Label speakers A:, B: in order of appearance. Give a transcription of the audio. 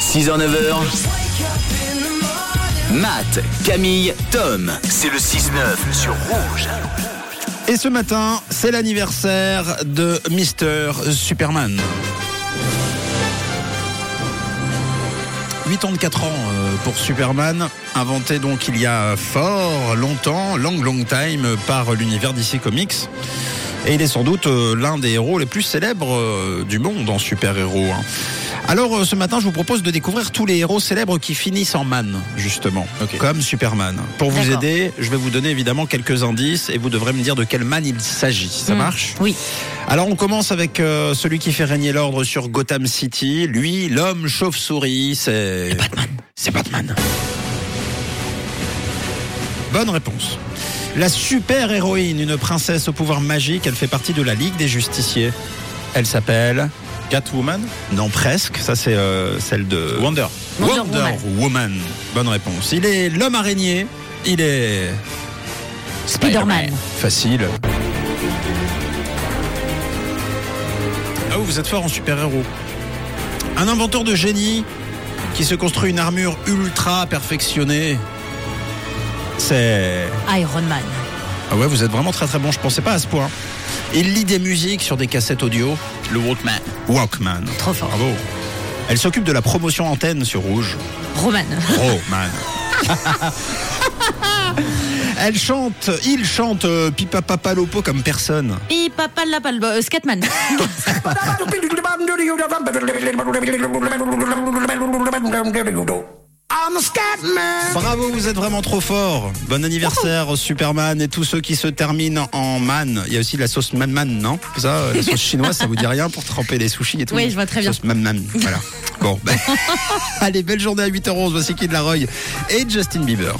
A: 6h, 9h. Matt, Camille, Tom. C'est le 6-9 sur Rouge.
B: Et ce matin, c'est l'anniversaire de Mister Superman. 84 ans euh, pour Superman, inventé donc il y a fort longtemps, long long time, euh, par l'univers DC Comics. Et il est sans doute euh, l'un des héros les plus célèbres euh, du monde en super-héros. hein. Alors euh, ce matin, je vous propose de découvrir tous les héros célèbres qui finissent en man, justement, comme Superman. Pour vous
C: D'accord.
B: aider, je vais vous donner évidemment quelques indices et vous devrez me dire de quel man il s'agit. Ça
C: Hmm.
B: marche
C: Oui.
B: alors on commence avec euh, celui qui fait régner l'ordre sur Gotham City. Lui, l'homme chauve-souris, c'est Batman. C'est Batman. Bonne réponse. La super-héroïne, une princesse au pouvoir magique, elle fait partie de la Ligue des Justiciers. Elle s'appelle
D: Catwoman
B: non presque, ça c'est euh, celle de
D: Wonder.
B: Wonder,
C: Wonder
B: Woman. Bonne réponse. Il est l'homme araignée. Il est
C: Spider-Man.
B: Facile. Ah oui, vous êtes fort en super-héros. Un inventeur de génie qui se construit une armure ultra perfectionnée. C'est.
C: Iron Man.
B: Ah ouais, vous êtes vraiment très très bon, je pensais pas à ce point. Il lit des musiques sur des cassettes audio.
A: Le Walkman.
B: Walkman.
C: Trop fort.
B: Bravo. Elle s'occupe de la promotion antenne sur Rouge.
C: Roman.
B: Oh man. Elle chante, il chante euh, Pipa Papa Lopo comme personne.
C: Et papa de la palme. euh, Scatman.
E: I'm a scat man.
B: Bravo, vous êtes vraiment trop fort. Bon anniversaire Superman et tous ceux qui se terminent en man. Il y a aussi la sauce man man, non Ça, euh, la sauce chinoise, ça vous dit rien pour tremper les sushis et tout.
C: Oui, je vois très bien.
B: Sauce man man. Voilà. Bon, ben, allez, belle journée à 8h11. Voici Kid Laroy et Justin Bieber.